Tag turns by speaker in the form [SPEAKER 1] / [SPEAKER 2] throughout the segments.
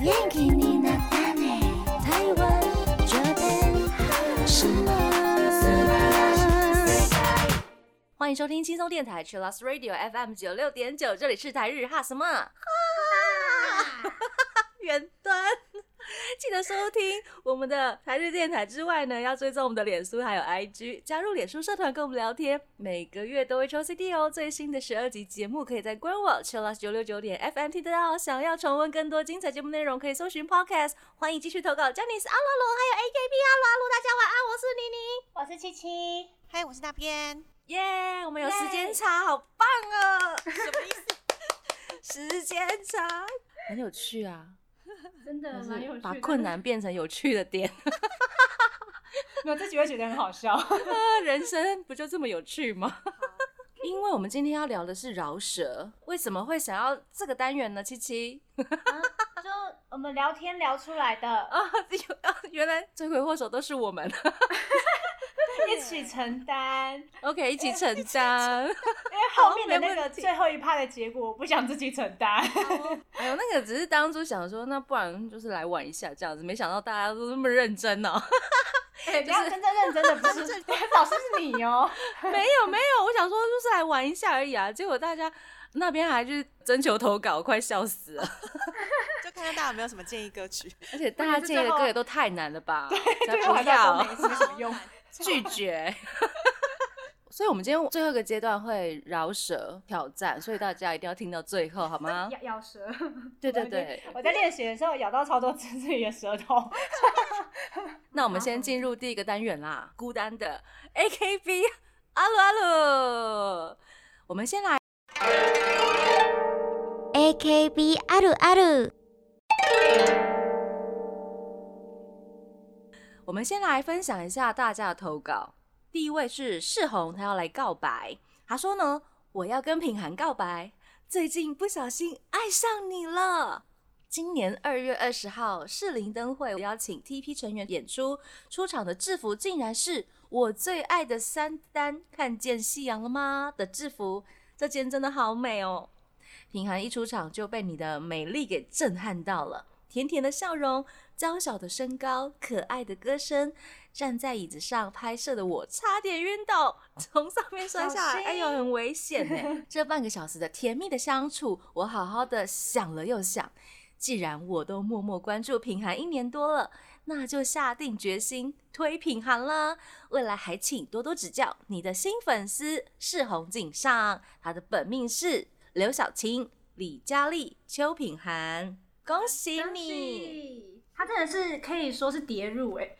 [SPEAKER 1] 元気になったね台湾上天是吗？
[SPEAKER 2] 欢迎收听轻松电台 c h i l l o s Radio FM 九六点九，这里是台日哈什么 哈，远端。记得收听我们的台日电台之外呢，要追踪我们的脸书还有 IG，加入脸书社团跟我们聊天，每个月都会抽 CD 哦。最新的十二集节目可以在官网 chillos 九六九点 FM 听得到。想要重温更多精彩节目内容，可以搜寻 Podcast。欢迎继续投稿 j a n i c e 阿鲁鲁，还有 AKB 阿鲁阿鲁，大家晚安，我是妮妮。
[SPEAKER 3] 我是七七，
[SPEAKER 4] 嗨，我是那边。
[SPEAKER 2] 耶我们有时间差，好棒啊！
[SPEAKER 4] 什么意思？
[SPEAKER 2] 时间差，很有趣啊，
[SPEAKER 3] 真的蛮有趣的。
[SPEAKER 2] 把困难变成有趣的 点，
[SPEAKER 3] 没有自己会觉得很好笑。
[SPEAKER 2] 啊人生不就这么有趣吗？因为我们今天要聊的是饶舌，为什么会想要这个单元呢？七七
[SPEAKER 3] 就我们聊天聊出来的，
[SPEAKER 2] 啊，有啊原来罪魁祸首都是我们。
[SPEAKER 3] 一起承担。因
[SPEAKER 2] OK，一起承 担。
[SPEAKER 3] 为后面的那
[SPEAKER 2] 没
[SPEAKER 3] 个
[SPEAKER 2] 问题
[SPEAKER 3] 最后一趴的结果，我不想自己承 担。
[SPEAKER 2] 哎呦，那个只是当初想说，那不然就是来玩一下这样子，没想到大家都那么认真哦。
[SPEAKER 3] 对，哎不要真正认真的，不 是老师是你哦。
[SPEAKER 2] 没有没有，我想说就是来玩一下而已啊。结果大家那边还去征求投稿，快笑死了。
[SPEAKER 4] 就看看大家有没有什么建议歌曲。
[SPEAKER 2] 而且大家建议的歌也都太难了吧？才
[SPEAKER 3] 对我还
[SPEAKER 2] 不
[SPEAKER 3] 在
[SPEAKER 2] 要
[SPEAKER 3] 都没什么 用。
[SPEAKER 2] 拒绝。 所以，我们今天最后一个阶段会饶舌挑战，所以大家一定要听到最后，好吗？
[SPEAKER 3] 咬咬舌，
[SPEAKER 2] 对对对。
[SPEAKER 3] 我在练习的时候咬到超多自己的舌头。
[SPEAKER 2] 那我们先进入第一个单元啦，孤单的 AKB 阿鲁阿鲁。我们先来
[SPEAKER 1] AKB あるある
[SPEAKER 2] 我们先来分享一下大家的投稿。第一位是世宏，他要来告白。他说呢，我要跟品涵告白，最近不小心爱上你了。今年二月二十号，士林灯会邀请 TP 成员演出，出场的制服竟然是我最爱的三单“看见夕阳了吗”的制服，这件真的好美哦。品涵一出场就被你的美丽给震撼到了，甜甜的笑容，娇小的身高，可爱的歌声，站在椅子上拍摄的我差点晕倒， 从上面摔下
[SPEAKER 3] 小
[SPEAKER 2] 来，
[SPEAKER 3] 心
[SPEAKER 2] 哎呦，很危险呢。这半个小时的甜蜜的相处，我好好的想了又想，既然我都默默关注品涵一年多了，那就下定决心推品涵啦。未来还请多多指教。你的新粉丝是红井上，他的本命是刘晓庆、李佳丽、邱品涵。恭喜你
[SPEAKER 3] 他真的是可以说是跌入哎、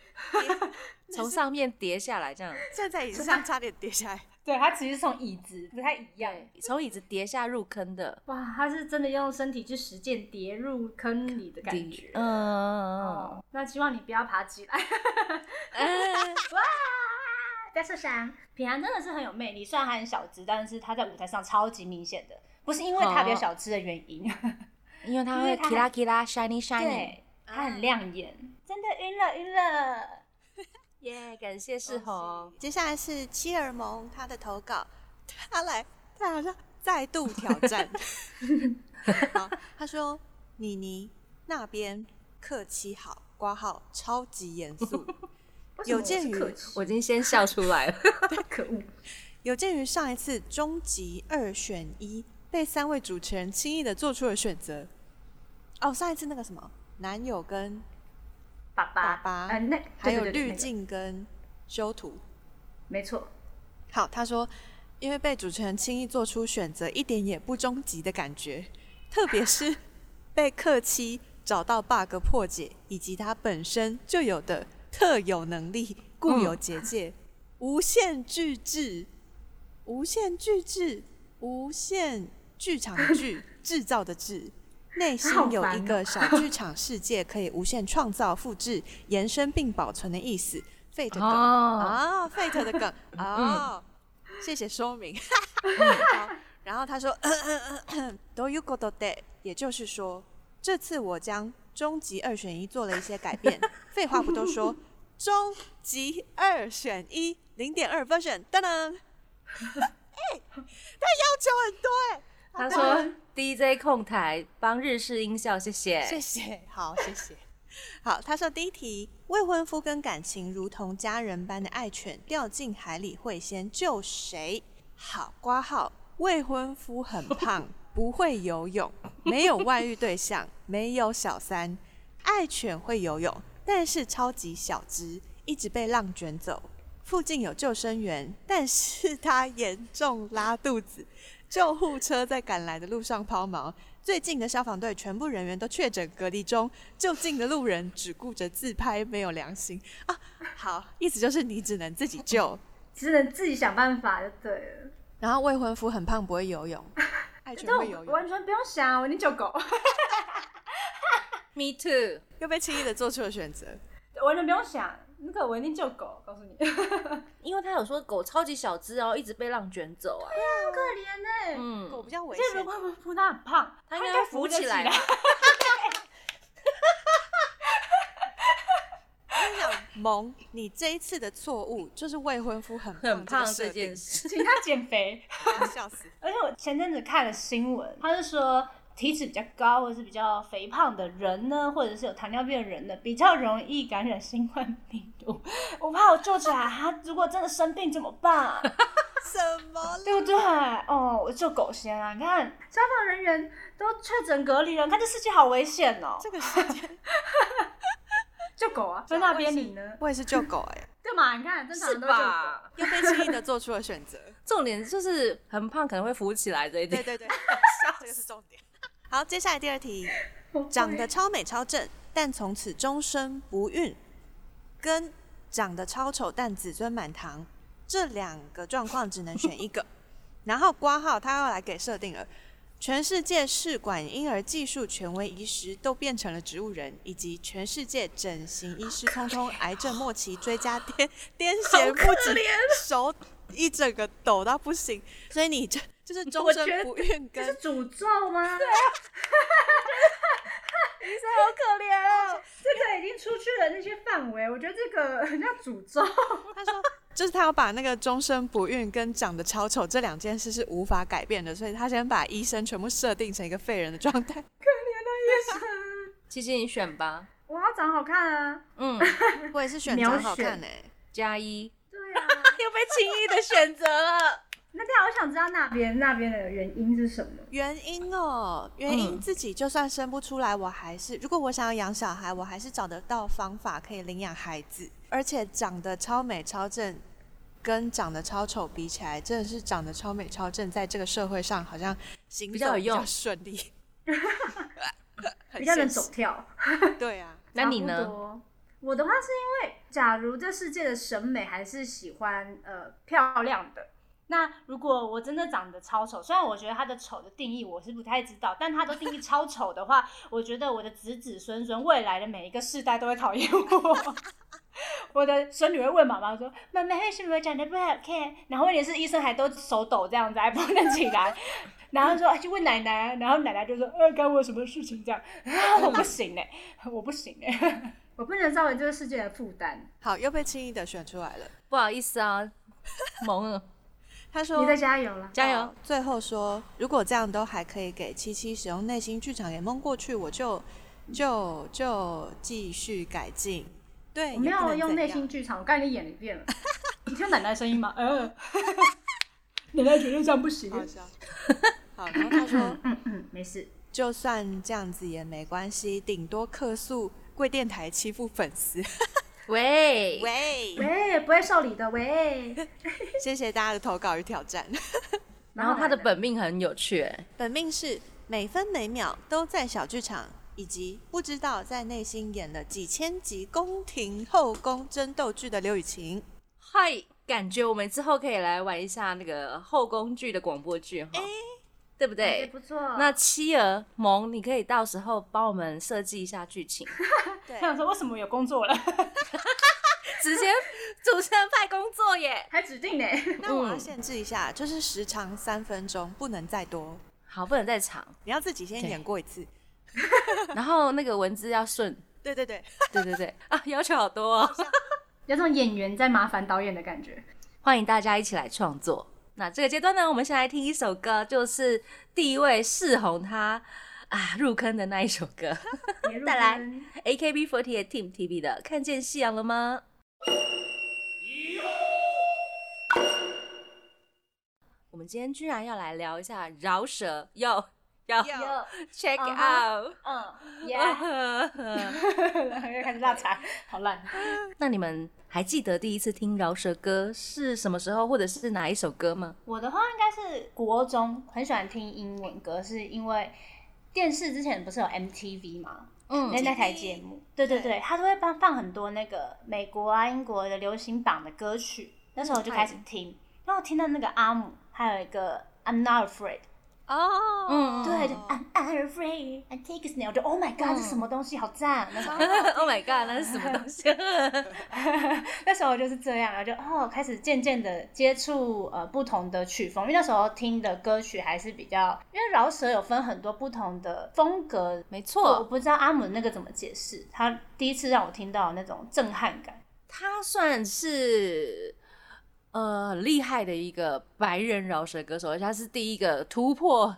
[SPEAKER 2] 从上面跌下来，这样
[SPEAKER 4] 站在椅子上差点跌下来，
[SPEAKER 3] 对他其实从椅子不太一样。
[SPEAKER 2] 从椅子跌下入坑的
[SPEAKER 3] 哇，他是真的用身体去实践跌入坑里的感觉
[SPEAKER 2] 底。嗯，
[SPEAKER 3] 哦，那希望你不要爬起来。
[SPEAKER 2] 哎
[SPEAKER 3] 在受伤，平安真的是很有魅力，虽然他很小只，但是他在舞台上超级明显的，不是因为他比较小只的原因，
[SPEAKER 2] 因为它
[SPEAKER 3] 因
[SPEAKER 2] 会
[SPEAKER 3] 为它
[SPEAKER 2] k 啦 k 啦 shiny shiny。
[SPEAKER 3] 对，他很亮眼，真的晕了晕了。
[SPEAKER 2] 耶，感谢世宏。
[SPEAKER 4] 接下来是切尔蒙他的投稿，他来，他好像再度挑战。 好，他说：“妮妮那边客气好，挂号超级严肃。有鉴于
[SPEAKER 2] 我已经先笑出来了。
[SPEAKER 3] 可恶，
[SPEAKER 4] 有鉴于上一次终极二选一被三位主持人轻易的做出了选择，哦，上一次那个什么男友跟
[SPEAKER 3] 爸爸
[SPEAKER 4] 爸爸
[SPEAKER 3] 呃，那
[SPEAKER 4] 还有
[SPEAKER 3] 对对对
[SPEAKER 4] 滤
[SPEAKER 3] 那个
[SPEAKER 4] 镜跟修图。
[SPEAKER 3] 没错，
[SPEAKER 4] 好，他说，因为被主持人轻易做出选择，一点也不终极的感觉，特别 是被克妻找到 bug 破解，以及他本身就有的特有能力、固
[SPEAKER 3] 嗯
[SPEAKER 4] 有结界、无限巨制、无限巨制、无限剧场 剧制造的制。内心
[SPEAKER 3] 好
[SPEAKER 4] 有
[SPEAKER 3] 烦
[SPEAKER 4] 一
[SPEAKER 3] 哦
[SPEAKER 4] 个小剧场世界，可以无限创造、复制、延伸并保存的意思。废的 梗
[SPEAKER 2] 哦，
[SPEAKER 4] 啊，Fate 的梗哦，谢谢说明。 好然后他说， 都有过的 day，也就是说，这次我将终极二选一做了一些改变。废话不多说，终极二选一零点二 version，噔噔。哎，他要求很多
[SPEAKER 2] 他
[SPEAKER 4] 哎、
[SPEAKER 2] 说 DJ 控台帮日式音效，谢谢。
[SPEAKER 4] 谢谢， 好，谢谢。好，他说第一题，未婚夫跟感情如同家人般的爱犬掉进海里会先救谁？好，挂号，未婚夫很胖，不会游泳，没有外遇对象，没有小三，爱犬会游泳，但是超级小只，一直被浪卷走。附近有救生员，但是他严重拉肚子，救护车在赶来的路上抛锚，最近的消防队全部人员都确诊隔离中，就近的路人只顾着自拍，没有良心啊！好，意思就是你只能自己救，
[SPEAKER 3] 只能自己想办法就对了。
[SPEAKER 4] 然后未婚夫很胖，不会 游泳，爱犬
[SPEAKER 3] 但
[SPEAKER 4] 会游
[SPEAKER 3] 我
[SPEAKER 4] 泳，
[SPEAKER 3] 完全不用想，我一定救狗，
[SPEAKER 2] Me too。
[SPEAKER 4] 又被轻易的做出了选择。
[SPEAKER 3] 完全不用想，那个我一定救狗，告诉你。
[SPEAKER 2] 因为他有说狗超级小只，然后一直被浪卷走啊。
[SPEAKER 3] 可怜呢、
[SPEAKER 4] 狗
[SPEAKER 2] 嗯，
[SPEAKER 4] 比较危
[SPEAKER 3] 这
[SPEAKER 4] 险
[SPEAKER 3] 如，果不扶他很胖，
[SPEAKER 2] 它应
[SPEAKER 3] 应
[SPEAKER 2] 该
[SPEAKER 3] 该
[SPEAKER 2] 浮
[SPEAKER 3] 得
[SPEAKER 2] 起
[SPEAKER 3] 起
[SPEAKER 2] 来
[SPEAKER 3] 来。
[SPEAKER 4] 萌，你这一次的错误就是未婚夫很
[SPEAKER 2] 很
[SPEAKER 4] 胖
[SPEAKER 2] 胖这
[SPEAKER 4] 这个设定
[SPEAKER 2] 件，事。
[SPEAKER 3] 请他减肥。
[SPEAKER 4] 啊 笑死。
[SPEAKER 3] 而且我前阵子看了新闻，他是说体脂比较高或者是比较肥胖的人呢，或者是有糖尿病的人呢，比较容易感染新冠病毒。 我怕我救起来，他如果真的生病怎么办？
[SPEAKER 4] 什么？
[SPEAKER 3] 对不对？哦，我救狗先啊！你看消防人员都确诊隔离了，你看这世界好危险哦！
[SPEAKER 4] 这个时 间
[SPEAKER 3] 救狗啊，在
[SPEAKER 4] 在
[SPEAKER 3] 那
[SPEAKER 4] 那
[SPEAKER 3] 边
[SPEAKER 4] 边
[SPEAKER 3] 你
[SPEAKER 4] 你
[SPEAKER 3] 呢？
[SPEAKER 4] 我也是救狗哎、
[SPEAKER 3] 对嘛？你看正常
[SPEAKER 2] 是
[SPEAKER 3] 人都救狗。
[SPEAKER 2] 吧？
[SPEAKER 4] 又被轻易的做出了选择。
[SPEAKER 2] 重点就是很胖可能会浮起来这一
[SPEAKER 4] 对
[SPEAKER 2] 点。
[SPEAKER 4] 对对，这个是重点。 好，接下来第二题，长得超美超正，但从此终身不孕，跟长得超丑但子孙满堂，这两个状况只能选一个。 然后挂号他要来给设定了，全世界试管婴儿技术权威医师都变成了植物人，以及全世界整形医师通通癌症末期追加癫癫痫不止，手一整个抖到不行，所以你这就是终
[SPEAKER 3] 我觉得
[SPEAKER 4] 身不孕跟
[SPEAKER 3] 诅咒吗？对
[SPEAKER 2] 啊 医生好可怜哦。
[SPEAKER 3] 这个已经出去了那些范围，我觉得这个很像诅咒。
[SPEAKER 4] 他说，就是他要把那个终身不孕跟长得超丑这两件事是无法改变的，所以他先把医生全部设定成一个废人的状态。
[SPEAKER 2] 琪琪，你选吧。
[SPEAKER 3] 我要长好看啊！
[SPEAKER 2] 嗯，
[SPEAKER 4] 我也是选
[SPEAKER 3] 秒
[SPEAKER 4] 择
[SPEAKER 3] 选
[SPEAKER 4] 好看哎、
[SPEAKER 2] 加一。
[SPEAKER 3] 对 啊，
[SPEAKER 2] 又被轻易的选择了。
[SPEAKER 3] 那这样我想知道那边那边的原因是什么？
[SPEAKER 4] 原因哦，原因
[SPEAKER 2] 嗯
[SPEAKER 4] 自己就算生不出来，我还是如果我想要养小孩，我还是找得到方法可以领养孩子，而且长得超美超正。跟长得超丑比起来，真的是长得超美超正，在这个社会上好像行
[SPEAKER 2] 比较有
[SPEAKER 4] 走比较
[SPEAKER 2] 用
[SPEAKER 4] 顺利， 很
[SPEAKER 3] 比较能
[SPEAKER 4] 现实
[SPEAKER 3] 走跳。
[SPEAKER 4] 对啊，
[SPEAKER 2] 那你
[SPEAKER 3] 差不
[SPEAKER 2] 呢？
[SPEAKER 3] 多？我的话是因为，假如这世界的审美还是喜欢呃漂亮的，那如果我真的长得超丑，虽然我觉得他的丑的定义我是不太知道，但他都定义超丑的话， 我觉得我的子子孙孙未来的每一个世代都会考验我。我的孙女会问妈妈说：“妈妈为什么我长得不好看？”然后问题是医生还都手抖这样子，哎还不能起来。 然后说去问奶奶，然后奶奶就说：“呃，干我什么事情？”这样， 我不行欸呢、 我不行哎、 我不能造成这个世界的负担。
[SPEAKER 4] 好，又被轻易的选出来了。
[SPEAKER 2] 不好意思 啊，萌儿，
[SPEAKER 4] 他说
[SPEAKER 3] 你再加油啦！
[SPEAKER 2] 加油！
[SPEAKER 4] 最后说，如果这样都还可以给七七使用内心剧场给蒙过去，我就就就继续改进。对，
[SPEAKER 3] 我没
[SPEAKER 4] 也不
[SPEAKER 3] 有
[SPEAKER 4] 能
[SPEAKER 3] 用
[SPEAKER 4] 怎
[SPEAKER 3] 内
[SPEAKER 4] 样
[SPEAKER 3] 心，剧场，我刚才已经演了一遍 了。你听奶奶声音吗？ 呃，奶奶绝对这样不行。
[SPEAKER 4] 好 笑。好，然后他说，
[SPEAKER 3] 嗯嗯，没事。
[SPEAKER 4] 就算这样子也没关系，顶多客诉贵电台欺负粉丝。
[SPEAKER 2] 喂，
[SPEAKER 4] 喂，
[SPEAKER 3] 喂，不会受理的， 喂。
[SPEAKER 4] 谢谢大家的投稿与挑战。
[SPEAKER 2] 然后他的本命很有趣、欸，
[SPEAKER 4] 本命是每分每秒都在小剧场，以及不知道在内心演了几千集宫廷后宫争斗剧的刘雨晴。
[SPEAKER 2] 嗨，感觉我们之后可以来玩一下那个后宫剧的广播剧哈，对不对？
[SPEAKER 3] 对，不错。
[SPEAKER 2] 那妻儿萌，你可以到时候帮我们设计一下剧情，
[SPEAKER 4] 对
[SPEAKER 3] 他想说为什么有工作了，
[SPEAKER 2] 直接 主持人派工作耶。
[SPEAKER 3] 还指定呢？
[SPEAKER 4] 那我要
[SPEAKER 2] 嗯
[SPEAKER 4] 限制一下，就是时长三分钟，不能再多。
[SPEAKER 2] 好，不能再长，
[SPEAKER 4] 你要自己先
[SPEAKER 2] 对
[SPEAKER 4] 演过一次。
[SPEAKER 2] 然后那个文字要顺，
[SPEAKER 4] 对 对对，
[SPEAKER 2] 对对对啊，要求好 多、哦，
[SPEAKER 3] 有种演员在麻烦导演的感觉。
[SPEAKER 2] 欢迎大家一起来创作。那这个阶段呢，我们先来听一首歌，就是第一位世宏他啊入坑的那一首歌
[SPEAKER 3] 别入
[SPEAKER 2] 再来
[SPEAKER 3] 坑
[SPEAKER 2] ，AKB48 Team TB 的《看见夕阳了吗》。我们今天居然要来聊一下饶舌，要要啊
[SPEAKER 4] 要
[SPEAKER 3] 有
[SPEAKER 2] check
[SPEAKER 3] 嗯
[SPEAKER 2] out。
[SPEAKER 3] 嗯，yeah，然后 又开始拉茶，好烂。
[SPEAKER 2] 那你们还记得第一次听饶舌歌是什么时候，或者是哪一首歌吗？
[SPEAKER 3] 我的话应该是国中很喜欢听英文歌，是因为电视之前不是有 MTV 吗？
[SPEAKER 2] 嗯
[SPEAKER 3] 那那台节目，对对对，他都会放放很多那个美国啊、英国的流行榜的歌曲，那时候我就开始听，然后我听到那个阿姆，还有一个 I'm not afraid，
[SPEAKER 4] 哦，
[SPEAKER 2] 嗯
[SPEAKER 3] 对，就 I'm not afraid, I take a snare，我就 Oh my God，、这什么东西，好赞！啊那时 候
[SPEAKER 2] Oh my god，那是什么东西？
[SPEAKER 3] 那时候我就是这样，然后就哦，开始渐渐的接触呃不同的曲风，因为那时候听的歌曲还是比较，因为饶舌有分很多不同的风格。
[SPEAKER 2] 没
[SPEAKER 3] 我
[SPEAKER 2] 错，
[SPEAKER 3] 不知道阿姆那个怎么解释，他第一次让我听到那种震撼感。
[SPEAKER 2] 他算是呃很厉害的一个白人饶舌歌手，而且他是第一个突破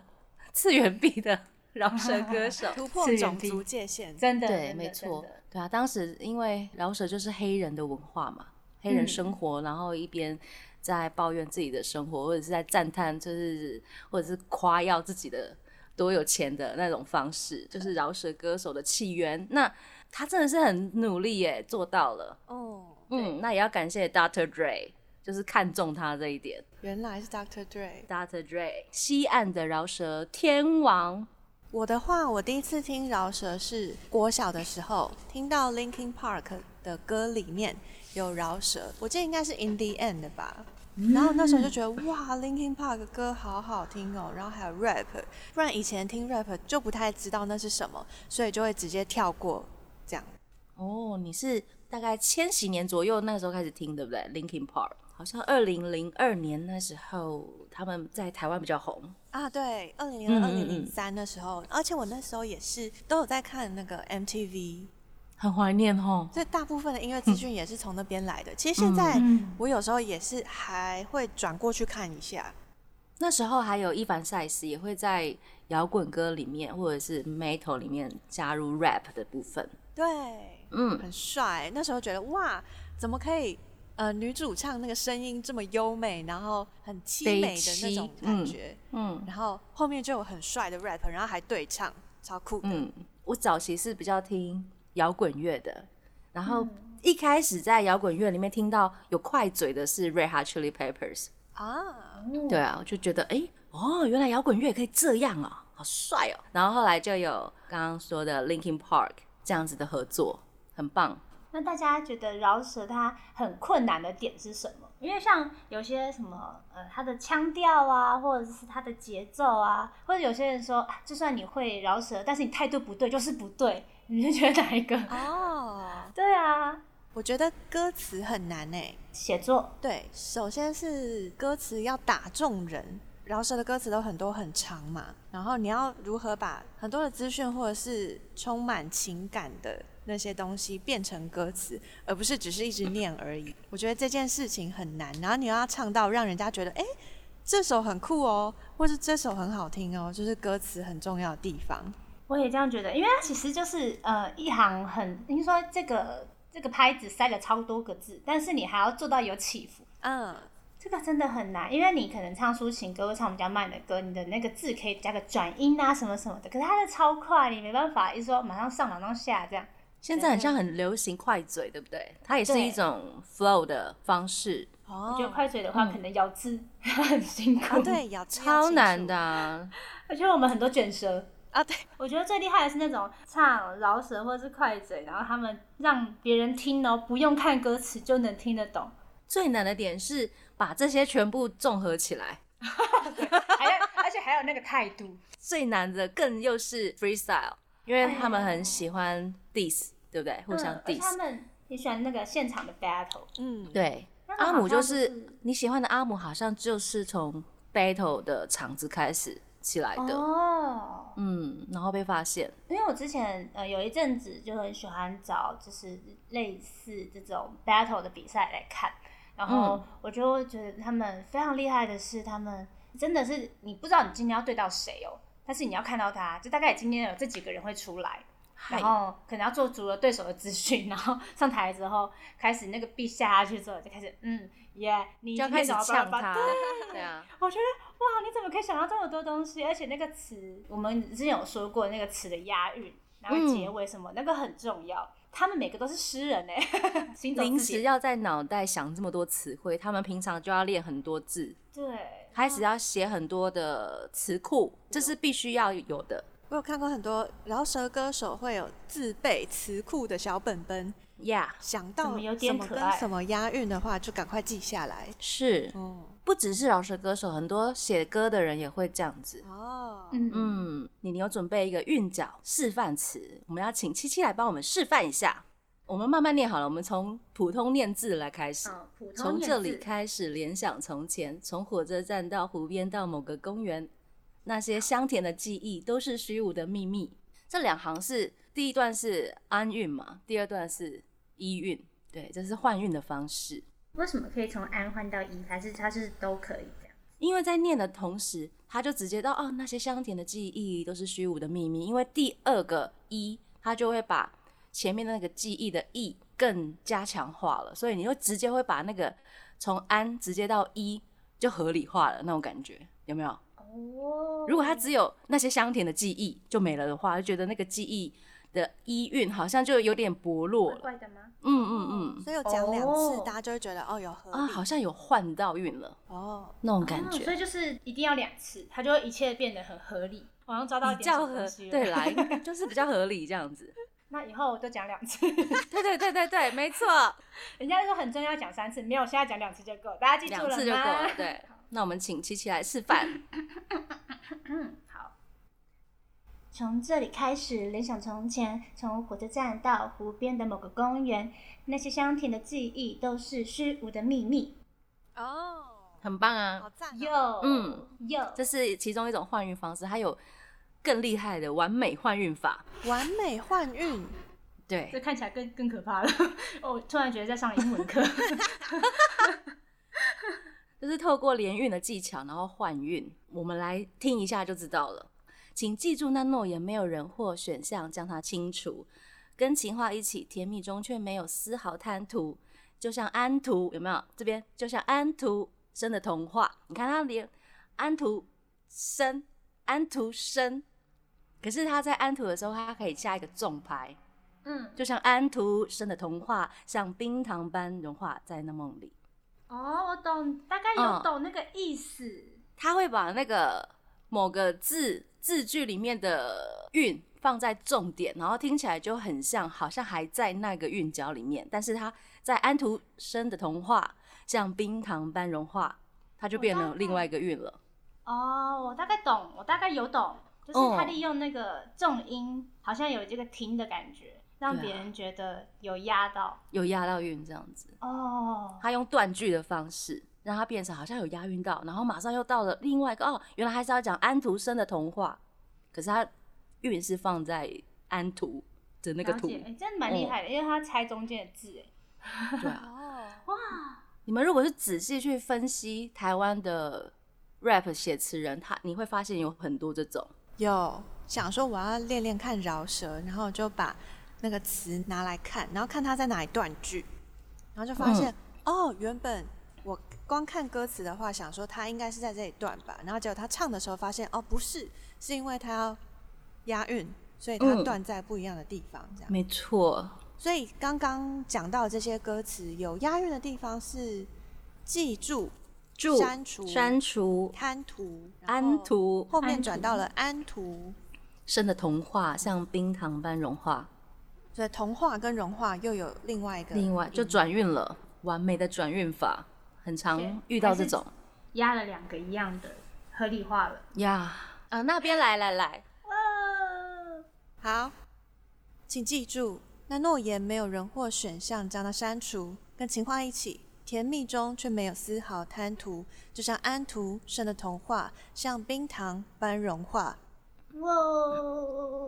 [SPEAKER 2] 次元壁的饶舌歌手。
[SPEAKER 4] 突破
[SPEAKER 3] 次元
[SPEAKER 4] 种
[SPEAKER 3] 壁
[SPEAKER 4] 族界限，
[SPEAKER 3] 真的，真
[SPEAKER 2] 对，
[SPEAKER 3] 的
[SPEAKER 2] 没错
[SPEAKER 3] 真的，
[SPEAKER 2] 对啊，当时因为饶舌就是黑人的文化嘛，黑人
[SPEAKER 3] 嗯
[SPEAKER 2] 生活，然后一边在抱怨自己的生活，或者是在赞叹，就是或者是夸耀自己的多有钱的那种方式，就是饶舌歌手的起源。那他真的是很努力耶，做到了。
[SPEAKER 4] 哦，
[SPEAKER 2] 嗯，那也要感谢 Dr. Dre，就是看中他这一点。
[SPEAKER 4] 原来是 Doctor Dre。
[SPEAKER 2] Dr. Dre，西岸的饶舌天王。
[SPEAKER 4] 我的话，我第一次听饶舌是国小的时候，听到 Linkin Park 的歌里面有饶舌，我记得应该是 In the End 的吧。
[SPEAKER 2] 嗯
[SPEAKER 4] 然后那时候就觉得哇，Linkin Park 的歌好好听哦，然后还有 rap，不然以前听 rap 就不太知道那是什么，所以就会直接跳过这样。
[SPEAKER 2] 哦，你是大概千禧年左右那时候开始听，对不对？Linkin Park，好像二零零二年那时候他们在台湾比较红。
[SPEAKER 4] 啊，对，二零零
[SPEAKER 2] 嗯
[SPEAKER 4] 二、二
[SPEAKER 2] 嗯
[SPEAKER 4] 零零三的时候，而且我那时候也是都有在看那个 MTV，
[SPEAKER 2] 很怀念哦，
[SPEAKER 4] 所以大部分的音乐
[SPEAKER 2] 嗯
[SPEAKER 4] 资讯也是从那边来的。其实现在
[SPEAKER 3] 嗯
[SPEAKER 4] 我有时候也是还会转过去看一下。
[SPEAKER 2] 那时候还有伊凡赛斯也会在摇滚歌里面或者是 metal 里面加入 rap 的部分。
[SPEAKER 4] 对，
[SPEAKER 2] 嗯，
[SPEAKER 4] 很帅。那时候觉得哇，怎么可以？呃，女主唱那个声音这么优美，然后很凄美的那种
[SPEAKER 2] 悲凄
[SPEAKER 4] 感觉，
[SPEAKER 2] 嗯
[SPEAKER 4] 然后后面就有很帅的 rap，然后还对唱，超酷的。
[SPEAKER 2] 嗯，我早期是比较听摇滚乐的，然后一开始在摇滚乐里面听到有快嘴的是 Red Hot Chili Peppers，
[SPEAKER 4] 啊，
[SPEAKER 2] 对啊，我就觉得哎、诶哦，原来摇滚乐也可以这样哦，好帅哦。然后后来就有刚刚说的 Linkin Park 这样子的合作，很棒。
[SPEAKER 3] 那大家觉得饶舌它很困难的点是什么？因为像有些什么呃，它的腔调啊，或者是它的节奏啊，或者有些人说，啊就算你会饶舌，但是你态度不对，就是不对，你就觉得哪一个？
[SPEAKER 4] 哦，
[SPEAKER 3] 对啊，
[SPEAKER 4] 我觉得歌词很难欸诶、
[SPEAKER 3] 写作，
[SPEAKER 4] 对，首先是歌词要打中人，饶舌的歌词都很多很长嘛，然后你要如何把很多的资讯或者是充满情感的那些东西变成歌词，而不是只是一直念而已。我觉得这件事情很难，然后你又要唱到让人家觉得，哎，这首很酷哦，或是这首很好听哦，就是歌词很重要的地方。
[SPEAKER 3] 我也这样觉得，因为它其实就是呃一行很，您说这个这个拍子塞了超多个字，但是你还要做到有起伏。
[SPEAKER 4] 嗯，
[SPEAKER 3] 这个真的很难，因为你可能唱抒情歌或唱比较慢的歌，你的那个字可以加个转音啊什么什么的，可是它的超快，你没办法一说马上上马上下这样。
[SPEAKER 2] 现在很像很流行快嘴，对不对？它也是
[SPEAKER 3] 对
[SPEAKER 2] 一种 flow 的方式，
[SPEAKER 4] 哦
[SPEAKER 2] 嗯
[SPEAKER 3] 我觉得快嘴的话，可能咬字 很辛苦，
[SPEAKER 4] 啊，，对，咬字要
[SPEAKER 2] 超
[SPEAKER 4] 清
[SPEAKER 2] 难
[SPEAKER 4] 楚
[SPEAKER 2] 的、啊。
[SPEAKER 3] 而且我们很多卷舌。
[SPEAKER 4] 啊，对，
[SPEAKER 3] 我觉得最厉害的是那种唱饶舌或是快嘴，然后他们让别人听哦，不用看歌词就能听得懂，
[SPEAKER 2] 最难的点是把这些全部综合起来。
[SPEAKER 3] 还有而且还有那个态度，
[SPEAKER 2] 最难的更又是 freestyle，因为他们很喜欢 diss，对不对？ 互相
[SPEAKER 3] 嗯而且他
[SPEAKER 2] diss。
[SPEAKER 3] 们也喜欢那个现场的 battle。
[SPEAKER 4] 嗯，
[SPEAKER 2] 对，
[SPEAKER 3] 那种
[SPEAKER 2] 阿
[SPEAKER 3] 好
[SPEAKER 2] 姆
[SPEAKER 3] 像
[SPEAKER 2] 就
[SPEAKER 3] 就是
[SPEAKER 2] 是你喜欢的阿姆，好像就是从 battle 的场子开始起来的，
[SPEAKER 3] 哦，
[SPEAKER 2] 嗯，然后被发现，
[SPEAKER 3] 因为我之前呃有一阵子就很喜欢找就是类似这种 battle 的比赛来看，然后
[SPEAKER 2] 嗯
[SPEAKER 3] 我就会觉得他们非常厉害的是，他们真的是你不知道你今天要对到谁哦，但是你要看到他，就大概今天有这几个人会出来，
[SPEAKER 2] 嗨
[SPEAKER 3] 然后可能要做足了对手的资讯，然后上台之后开始那个币下下去之后就开始嗯耶你
[SPEAKER 2] 就
[SPEAKER 3] 今
[SPEAKER 2] 要
[SPEAKER 3] 天
[SPEAKER 2] 开始
[SPEAKER 3] 找到
[SPEAKER 2] 呛
[SPEAKER 3] 爸
[SPEAKER 2] 他
[SPEAKER 3] 爸对，
[SPEAKER 2] 对 啊，
[SPEAKER 3] 我觉得哇，你怎么可以想到这么多东西？而且那个词，我们之前有说过那个词的押韵，然
[SPEAKER 2] 嗯
[SPEAKER 3] 后结尾什么，那个很重要。他们每个都是诗人哎、 行走
[SPEAKER 2] 临
[SPEAKER 3] 字
[SPEAKER 2] 时
[SPEAKER 3] 典
[SPEAKER 2] 要在脑袋想这么多词汇，他们平常就要练很多字，
[SPEAKER 3] 对，
[SPEAKER 2] 开始要写很多的词库，这是必须要有的。
[SPEAKER 4] 我有看过很多饶舌歌手会有自备词库的小本本，
[SPEAKER 2] Yeah，
[SPEAKER 4] 想
[SPEAKER 3] 怎
[SPEAKER 4] 到
[SPEAKER 3] 么有
[SPEAKER 4] 什
[SPEAKER 3] 点
[SPEAKER 4] 么
[SPEAKER 3] 可
[SPEAKER 4] 跟
[SPEAKER 3] 爱
[SPEAKER 4] 什么押韵的话，就赶快记下来。
[SPEAKER 2] 是，
[SPEAKER 4] 哦
[SPEAKER 2] 不只是饶舌歌手，很多写歌的人也会这样子。
[SPEAKER 4] 哦，
[SPEAKER 3] 嗯嗯，
[SPEAKER 2] 嗯，你你有准备一个韵脚示范词，我们要请七七来帮我们示范一下。我们慢慢念好了，我们从普通念字来开始。
[SPEAKER 3] 嗯普通
[SPEAKER 2] 从
[SPEAKER 3] 练
[SPEAKER 2] 这里
[SPEAKER 3] 字
[SPEAKER 2] 开始联想从前，从火车站到湖边到某个公园，那些香甜的记忆都是虚无的秘密。这两行是第一段是安韵嘛，第二段是一韵，对，这是换韵的方式。
[SPEAKER 3] 为什么可以从安换到一？还是它是都可以这样？
[SPEAKER 2] 因为在念的同时，他就直接到哦，那些香甜的记忆都是虚无的秘密。因为第二个一，他就会把前面的那个记忆的意更加强化了，所以你就直接会把那个从安直接到一就合理化了那种感觉，有没有？
[SPEAKER 3] 哦
[SPEAKER 2] 如果他只有那些香甜的记忆就没了的话，就觉得那个记忆的一韵好像就有点薄弱
[SPEAKER 3] 怪
[SPEAKER 2] 了。
[SPEAKER 3] 怪的吗？
[SPEAKER 2] 嗯嗯
[SPEAKER 4] 所以有讲两次，
[SPEAKER 3] 哦
[SPEAKER 4] 大家就会觉得哦有合
[SPEAKER 2] 嗯，啊，
[SPEAKER 4] 理
[SPEAKER 2] 好像有换到韵了
[SPEAKER 4] 哦，
[SPEAKER 2] 那种感
[SPEAKER 3] 哦所
[SPEAKER 2] 觉。
[SPEAKER 3] 以就是一定要两次，它就会一切变得很合理。我好像抓到一
[SPEAKER 2] 比
[SPEAKER 3] 点
[SPEAKER 2] 较
[SPEAKER 3] 什么
[SPEAKER 2] 合
[SPEAKER 3] 东西了
[SPEAKER 2] 对来，就是比较合理这样子。
[SPEAKER 3] 那以后我就讲两次。
[SPEAKER 2] 对对对对对，没错，
[SPEAKER 3] 人家说很重要讲三次，没有，现在讲两次就够，大家记住
[SPEAKER 2] 两
[SPEAKER 3] 了
[SPEAKER 2] 次就够
[SPEAKER 3] 吗
[SPEAKER 2] 了。对，那我们请七七来示范。
[SPEAKER 3] 嗯，好。从这里开始联想从前，从火车站到湖边的某个公园，那些香甜的记忆都是虚无的秘密。
[SPEAKER 4] 哦，
[SPEAKER 2] 很棒
[SPEAKER 4] 好
[SPEAKER 2] 啊！
[SPEAKER 4] 赞哦、
[SPEAKER 3] 哟，
[SPEAKER 2] 嗯，
[SPEAKER 3] 哟，
[SPEAKER 2] 这是其中一种换韵方式，还有更厉害的完美换韵法。
[SPEAKER 4] 完美换韵，
[SPEAKER 3] 这
[SPEAKER 2] 对，
[SPEAKER 3] 看起来更更可怕了。 哦，我突然觉得在上英文课。
[SPEAKER 2] 就是透过连韵的技巧，然后换韵。我们来听一下就知道了。请记住那诺言，没有人或选项将它清除，跟情话一起，甜蜜中却没有丝毫贪图。就像安徒有没有？这边就像安徒生的童话，你看他连安徒生、安徒生，可是他在安徒的时候，他可以下一个重拍，
[SPEAKER 3] 嗯，
[SPEAKER 2] 就像安徒生的童话，像冰糖般融化在那梦里。
[SPEAKER 3] 哦，我懂，大概有
[SPEAKER 2] 嗯
[SPEAKER 3] 懂那个意思。
[SPEAKER 2] 他会把那个某个字字句里面的韵放在重点，然后听起来就很像，好像还在那个韵脚里面。但是他在安徒生的童话像冰糖般融化，它就变
[SPEAKER 3] 我
[SPEAKER 2] 成
[SPEAKER 3] 大概
[SPEAKER 2] 另外一个韵了。
[SPEAKER 3] 哦，我大概懂，我大概有懂，就是他利用那个重音，好像有这个停的感觉，让
[SPEAKER 2] 对啊
[SPEAKER 3] 别人觉得有压到。
[SPEAKER 2] 有押到韵这样子，
[SPEAKER 3] 哦，
[SPEAKER 2] 他用断句的方式让它变成好像有押韵到，然后马上又到了另外一个哦，原来还是要讲安徒生的童话，可是他韵是放在安徒的那个
[SPEAKER 3] 了
[SPEAKER 2] 图，
[SPEAKER 3] 解，哎、真的蛮厉害的，因为他猜中间的字，哎，
[SPEAKER 2] 对啊。
[SPEAKER 4] 哦，
[SPEAKER 2] 你们如果是仔细去分析台湾的 rap 写词人，他你会发现有很多这种，
[SPEAKER 4] 有想说我要练练看饶舌，然后就把那个词拿来看，然后看它在哪里断句，然后就发
[SPEAKER 2] 嗯
[SPEAKER 4] 现、哦，原本我光看歌词的话，想说他应该是在这里断吧，然后结果他唱的时候发现哦，不是，是因为他要押韵，所以他
[SPEAKER 2] 嗯
[SPEAKER 4] 断在不一样的地方，这样。
[SPEAKER 2] 没错，
[SPEAKER 4] 所以刚刚讲到这些歌词有押韵的地方是记住、
[SPEAKER 2] 注
[SPEAKER 4] 删除
[SPEAKER 2] 删除
[SPEAKER 4] 贪图、然后
[SPEAKER 2] 安徒
[SPEAKER 4] 后面转到了安图，
[SPEAKER 2] 生的童话，像冰糖般融化，
[SPEAKER 4] 所以童话跟融化又有另外一个，
[SPEAKER 2] 另外就转运了，完美的转运法，很
[SPEAKER 3] 对
[SPEAKER 2] 常遇到这种
[SPEAKER 3] 压了两个一样的，合理化了。
[SPEAKER 2] 呀。啊，
[SPEAKER 4] 呃
[SPEAKER 2] 那边来来来，
[SPEAKER 4] 好，请记住，那诺言没有人或选项将它删除，跟情话一起，甜蜜中却没有丝毫贪图，就像安徒生的童话，像冰糖般融化。
[SPEAKER 3] 哇，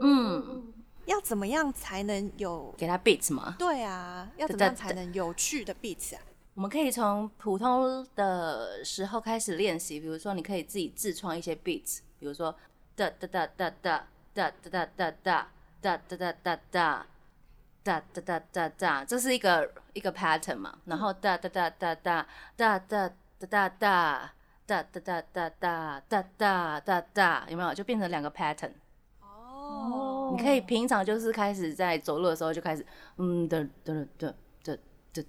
[SPEAKER 2] 嗯，
[SPEAKER 4] 要怎么样才能有？
[SPEAKER 2] 给他 beat 嘛，
[SPEAKER 4] 对啊，要怎么样才能有趣的 beats 啊？
[SPEAKER 2] 我们可以从普通的时候开始练习，比如说你可以自己自创一些 beats，比如说哒哒哒哒哒哒哒哒哒哒哒哒哒哒哒哒哒哒哒，这是一个一个 pattern 嘛，然后哒哒哒哒哒哒哒哒哒哒。哒哒哒哒哒哒哒哒哒，有没有？就变成两个 pattern。
[SPEAKER 4] 哦，
[SPEAKER 2] 你可以平常就是开始在走路的时候就开始，嗯的的的的的的的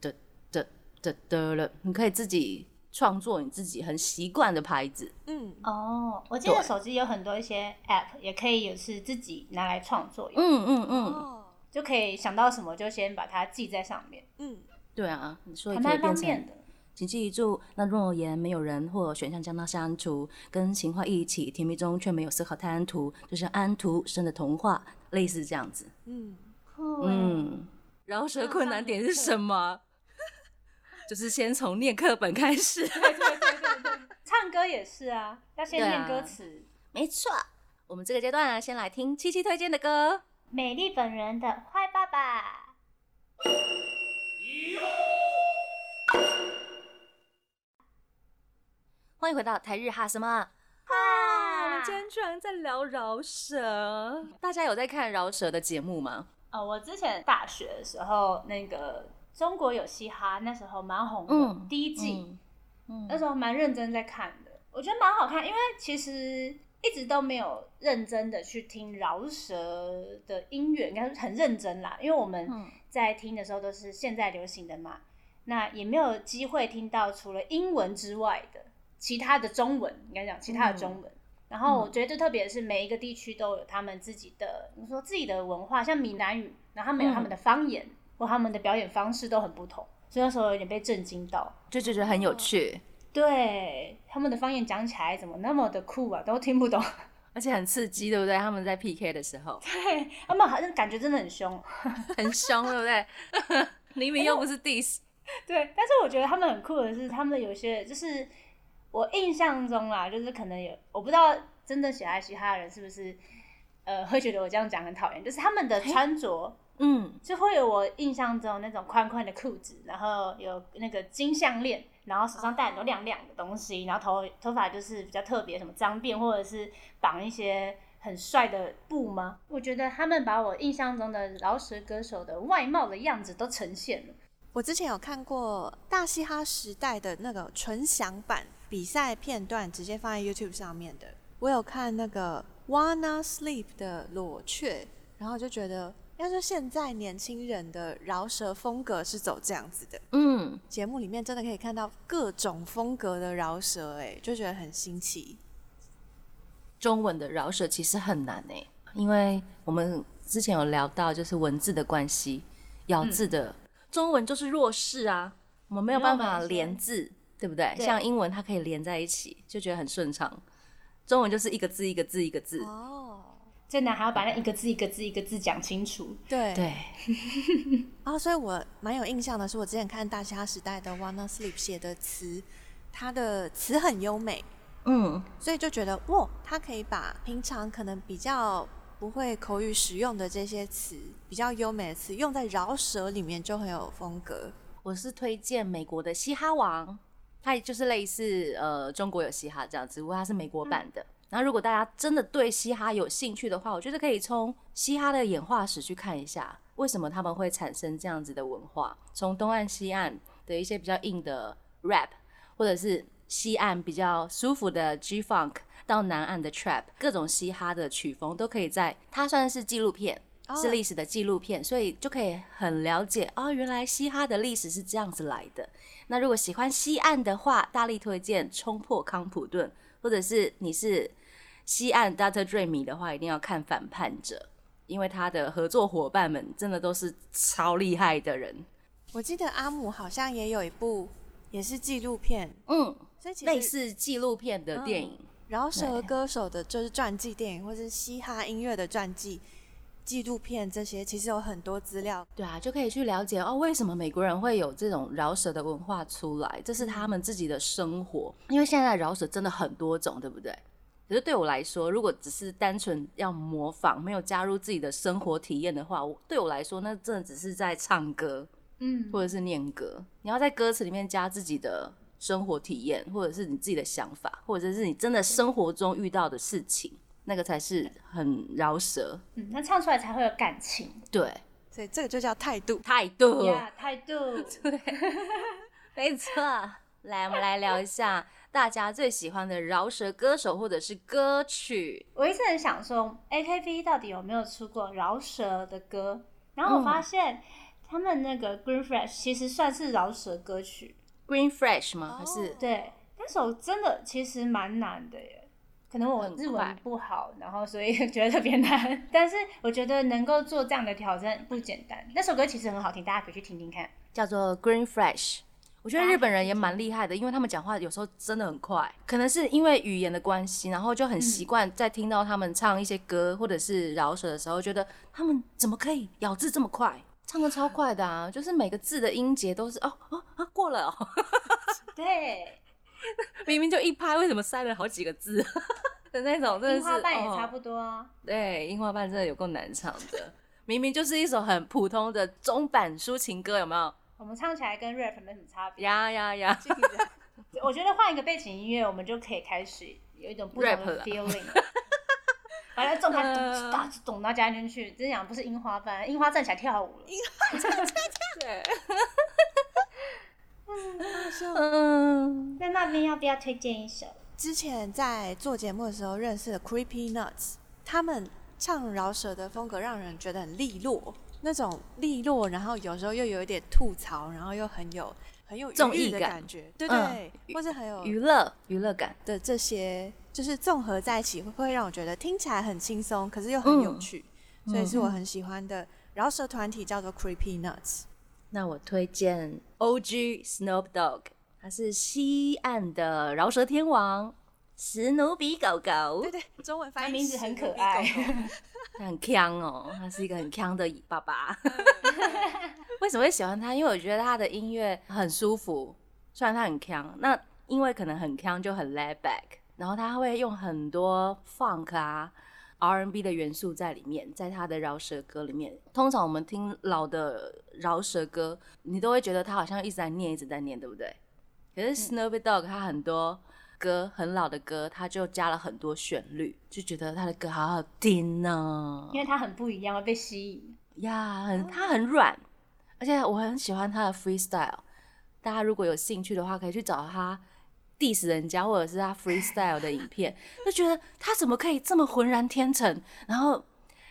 [SPEAKER 2] 的的的的了，你可以自己创作你自己很习惯的拍子。
[SPEAKER 4] 嗯，
[SPEAKER 3] 哦，我记得
[SPEAKER 2] 对
[SPEAKER 3] 手机有很多一些 app，也可以也是自己拿来创作，
[SPEAKER 2] 嗯嗯嗯，
[SPEAKER 4] 哦，
[SPEAKER 3] 就可以想到什么就先把它记在上面，
[SPEAKER 4] 嗯，
[SPEAKER 2] 对啊，你说
[SPEAKER 3] 还
[SPEAKER 2] 也可以
[SPEAKER 3] 蛮
[SPEAKER 2] 变
[SPEAKER 3] 方便
[SPEAKER 2] 成。
[SPEAKER 3] 的。
[SPEAKER 2] 请记住，那若言没有人或选项将它删除，跟情话一起甜蜜中却没有丝毫贪图，就是安徒生的童话，类似这样子。
[SPEAKER 4] 嗯，
[SPEAKER 3] 嗯，
[SPEAKER 2] 嗯，饶舌困难点是什么？ 就是先从念课本开始。
[SPEAKER 3] 对对对对对， 唱歌也是啊，要先
[SPEAKER 2] 嗯对啊
[SPEAKER 3] 念歌词。
[SPEAKER 2] 没错，我们这个阶段啊先来听七七推荐的歌。
[SPEAKER 3] 美丽本人的坏爸爸。
[SPEAKER 2] 欢迎回到台日哈什么？我
[SPEAKER 3] 啊
[SPEAKER 2] 们今天居然在聊饶舌，大家有在看饶舌的节目吗？
[SPEAKER 3] 呃，我之前大学的时候，那个中国有嘻哈，那时候蛮红的，
[SPEAKER 2] 嗯
[SPEAKER 3] 第一季、
[SPEAKER 2] 嗯
[SPEAKER 3] 那时候蛮认真在看的，我觉得蛮好看，因为其实一直都没有认真的去听饶舌的音乐，应该是很认真啦，因为我们
[SPEAKER 2] 嗯
[SPEAKER 3] 在听的时候都是现在流行的嘛，那也没有机会听到除了英文之外的其他的中文，应该讲其
[SPEAKER 2] 嗯
[SPEAKER 3] 他的中文。然后我觉得，特别是每一个地区都有他们自己的，你说自己的文化，像闽南语，然后他们有他
[SPEAKER 2] 嗯
[SPEAKER 3] 们的方言、或他们的表演方式都很不同，所以那时候有点被震惊到。
[SPEAKER 2] 就觉得很有趣，
[SPEAKER 3] 对，他们的方言讲起来怎么那么的酷啊，都听不懂。
[SPEAKER 2] 而且很刺激，对不对？他们在 PK 的时候
[SPEAKER 3] 对，他们好像感觉真的很凶。
[SPEAKER 2] 很凶，对不对？ 明明又不是 diss，
[SPEAKER 3] 对，但是我觉得他们很酷的是，他们有些就是我印象中啦，就是可能有我不知道真的喜爱嘻哈的人是不是，呃，会觉得我这样讲很讨厌，就是他们的穿着。
[SPEAKER 2] 嗯，
[SPEAKER 3] 就会有我印象中那种宽宽的裤子，然后有那个金项链，然后手上戴很多亮亮的东西，然后头头发就是比较特别，什么脏辫或者是绑一些很帅的布吗？我觉得他们把我印象中的饶舌歌手的外貌的样子都呈现了。
[SPEAKER 4] 我之前有看过大嘻哈时代的那个纯享版比赛片段，直接放在 YouTube 上面的。我有看那个 Wanna Sleep 的裸雀，然后就觉得，要说现在年轻人的饶舌风格是走这样子的。
[SPEAKER 2] 嗯，
[SPEAKER 4] 节目里面真的可以看到各种风格的饶舌、哎，就觉得很新奇。
[SPEAKER 2] 中文的饶舌其实很难诶、因为我们之前有聊到就是文字的关系，咬字的、中文就是弱势啊，我们没有办法连字，对不对？
[SPEAKER 3] 对
[SPEAKER 2] 像英文它可以连在一起，就觉得很顺畅。中文就是一个字一个字一个字，
[SPEAKER 4] 哦，
[SPEAKER 3] 真的还要把那一个字一个字一个字讲清楚。
[SPEAKER 4] 对
[SPEAKER 2] 对，
[SPEAKER 4] 然后，所以我蛮有印象的是，我之前看《大虾时代》的《Wanna Sleep》写的词，它的词很优美，
[SPEAKER 2] 嗯，
[SPEAKER 4] 所以就觉得哇，它可以把平常可能比较不会口语使用的这些词，比较优美的词，用在饶舌里面就很有风格。
[SPEAKER 2] 我是推荐美国的嘻哈王，它也就是类似呃中国有嘻哈这样，只不过它是美国版的。然后如果大家真的对嘻哈有兴趣的话，我觉得可以从嘻哈的演化史去看一下，为什么他们会产生这样子的文化，从东岸西岸的一些比较硬的 rap，或者是西岸比较舒服的 G funk。到南岸的 trap，各种嘻哈的曲风都可以在它算是纪录片，
[SPEAKER 4] 哦
[SPEAKER 2] 是历史的纪录片，所以就可以很了解哦，原来嘻哈的历史是这样子来的。那如果喜欢西岸的话，大力推荐《冲破康普顿》，或者是你是西岸 Dr. Dre 迷的话，一定要看《反叛者》，因为他的合作伙伴们真的都是超厉害的人。
[SPEAKER 4] 我记得阿姆好像也有一部也是纪录片，
[SPEAKER 2] 嗯，
[SPEAKER 4] 所以其实
[SPEAKER 2] 类似纪录片的电影，
[SPEAKER 4] 饶舌歌手的就是传记电影，或是嘻哈音乐的传记、纪录片这些，其实有很多资料。
[SPEAKER 2] 对啊，就可以去了解哦，为什么美国人会有这种饶舌的文化出来？这是他们自己的生活，因为现在的饶舌真的很多种，对不对？可是对我来说，如果只是单纯要模仿，没有加入自己的生活体验的话，我对我来说，那真的只是在唱歌。
[SPEAKER 3] 嗯，
[SPEAKER 2] 或者是念歌，你要在歌词里面加自己的生活体验，或者是你自己的想法，或者是你真的生活中遇到的事情，那个才是很饶舌。
[SPEAKER 3] 嗯，那唱出来才会有感情
[SPEAKER 2] 对，
[SPEAKER 4] 所以这个就叫态度。
[SPEAKER 2] 态度
[SPEAKER 3] 呀，态度。
[SPEAKER 2] 没错。来，我们来聊一下大家最喜欢的饶舌歌手或者是歌曲。
[SPEAKER 3] 我一直很想说，AKB 到底有没有出过饶舌的歌？然
[SPEAKER 2] 哦
[SPEAKER 3] 后我发现他们那个 Green Flash 其实算是饶舌歌曲，
[SPEAKER 2] Green Fresh 吗？
[SPEAKER 4] 哦
[SPEAKER 2] 还是
[SPEAKER 3] 对，那首真的其实蛮难的耶。可能我
[SPEAKER 2] 很
[SPEAKER 3] 日
[SPEAKER 2] 快
[SPEAKER 3] 文不好，然后所以觉得特别难。 但是我觉得能够做这样的挑战不简单。那首歌其实很好听，大家可以去听听看。
[SPEAKER 2] 叫做 Green Fresh。我觉得
[SPEAKER 3] 大家
[SPEAKER 2] 日本人也蛮厉害的，因为他们讲话有时候真的很快，可能是因为语言的关系，然后就很习惯在听到他们唱一些歌或者是饶舌的时候，觉得他们怎么可以咬字这么快，唱的超快的啊！就是每个字的音节都是哦哦啊过了、哦，
[SPEAKER 3] 对，
[SPEAKER 2] 明明就一拍，为什么塞了好几个字 的那种？真的是
[SPEAKER 3] 樱花瓣也
[SPEAKER 2] 哦
[SPEAKER 3] 差不多啊。
[SPEAKER 2] 对，樱花瓣真的有够难唱的，明明就是一首很普通的中版抒情歌，有没有？
[SPEAKER 3] 我们唱起来跟 rap 没什么差别。
[SPEAKER 2] 呀呀呀！
[SPEAKER 3] 我觉得换一个背景音乐，我们就可以开始有一种不同
[SPEAKER 2] Rap
[SPEAKER 3] 的
[SPEAKER 2] 了
[SPEAKER 3] feeling。把那重拍
[SPEAKER 2] 呃
[SPEAKER 3] 咚咚咚啊到家里面去，真讲不是樱花瓣，樱花站起来跳舞了。
[SPEAKER 2] 对。
[SPEAKER 4] 那时候
[SPEAKER 2] 嗯，
[SPEAKER 3] 那那边要不要推荐一首？
[SPEAKER 4] 之前在做节目的时候认识的 Creepy Nuts，他们唱饶舌的风格让人觉得很利落，那种利落，然后有时候又有一点吐槽，然后又很有很有
[SPEAKER 2] 综
[SPEAKER 4] 娱
[SPEAKER 2] 艺
[SPEAKER 4] 乐的
[SPEAKER 2] 感
[SPEAKER 4] 感觉，对
[SPEAKER 2] 嗯
[SPEAKER 4] 对，或是很有
[SPEAKER 2] 娱乐娱乐感，
[SPEAKER 4] 的这些，就是综合在一起，会会让我觉得听起来很轻松，可是又很有
[SPEAKER 2] 嗯
[SPEAKER 4] 趣，所以是我很喜欢的饶舌团体叫做 Creepy Nuts。
[SPEAKER 2] 那我推荐 O.G. Snoop Dogg，他是西岸的饶舌天王史努比狗狗
[SPEAKER 4] 对，对，中文翻
[SPEAKER 3] 他
[SPEAKER 4] 译
[SPEAKER 3] 名字很
[SPEAKER 4] 史努
[SPEAKER 3] 可
[SPEAKER 4] 比
[SPEAKER 3] 爱
[SPEAKER 4] 狗狗
[SPEAKER 2] 他很强哦，他是一个很强的爸爸。 为什么会喜欢他？因为我觉得他的音乐很舒服，虽然他很强，那因为可能很强就很 laid back，然后他会用很多 funk 啊。R&B 的元素在里面，在他的饶舌歌里面，通常我们听老的饶舌歌，你都会觉得他好像一直在念，一直在念，对不对？可是 Snoopy Dog 他很多歌很老的歌，他就加了很多旋律，就觉得他的歌好好听哦呢、
[SPEAKER 3] 因为它很不一样，会被吸引。
[SPEAKER 2] 呀很他很软，而且我很喜欢他的 freestyle。大家如果有兴趣的话，可以去找他 diss 人家或者是他 freestyle 的影片，就觉得他怎么可以这么浑然天成？然后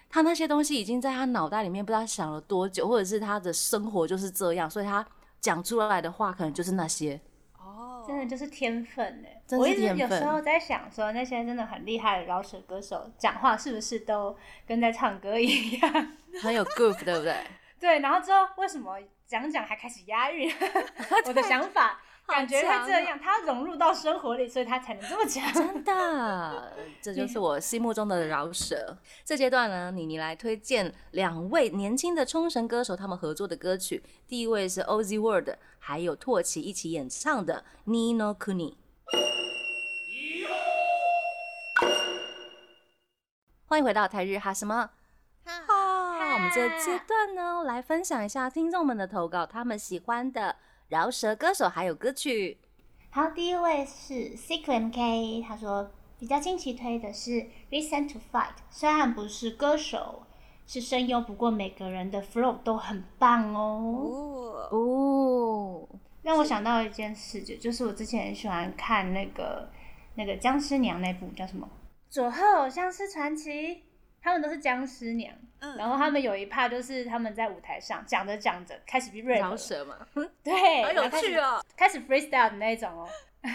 [SPEAKER 2] 他那些东西已经在他脑袋里面不知道想了多久，或者是他的生活就是这样，所以他讲出来的话可能就是那些。
[SPEAKER 4] 哦，
[SPEAKER 3] 真的就是天分哎、
[SPEAKER 2] 真
[SPEAKER 3] 我
[SPEAKER 2] 是
[SPEAKER 3] 一直
[SPEAKER 2] 天
[SPEAKER 3] 有
[SPEAKER 2] 分
[SPEAKER 3] 时候在想说，那些真的很厉害的饶舌歌手讲话是不是都跟在唱歌一样？
[SPEAKER 2] 很有 groove，对不对？
[SPEAKER 3] 对，然后之后为什么讲讲还开始押韵？ 我的想法感觉会这样，他融入到生活里，所以他才能这么讲。
[SPEAKER 2] 真的，这就是我心目中的饶舌。这阶段呢，妮妮来推荐两位年轻的冲绳歌手他们合作的歌曲，第一位是 Oz World，还有拓奇一起演唱的《Nino Kuni》。欢迎回到台日哈什么？那我们这个阶段呢，来分享一下听众们的投稿，他们喜欢的饶舌歌手还有歌曲。
[SPEAKER 3] 好，第一位是 C Q M K，他说比较近期推的是 Listen to Fight，虽然不是歌手，是声优，不过每个人的 flow 都很棒哦。
[SPEAKER 4] 哦，
[SPEAKER 2] 哦，
[SPEAKER 3] 让我想到一件事，就就是我之前很喜欢看那个那个僵尸娘那部叫什么《佐贺偶像是传奇》，他们都是僵尸娘，
[SPEAKER 4] 嗯
[SPEAKER 3] 然后他们有一趴就是他们在舞台上讲着讲着开始 rap，
[SPEAKER 2] 饶舌嘛，
[SPEAKER 3] 对，
[SPEAKER 2] 好有趣
[SPEAKER 3] 哦。
[SPEAKER 2] 哦。
[SPEAKER 3] 开始 freestyle 的那一种哦。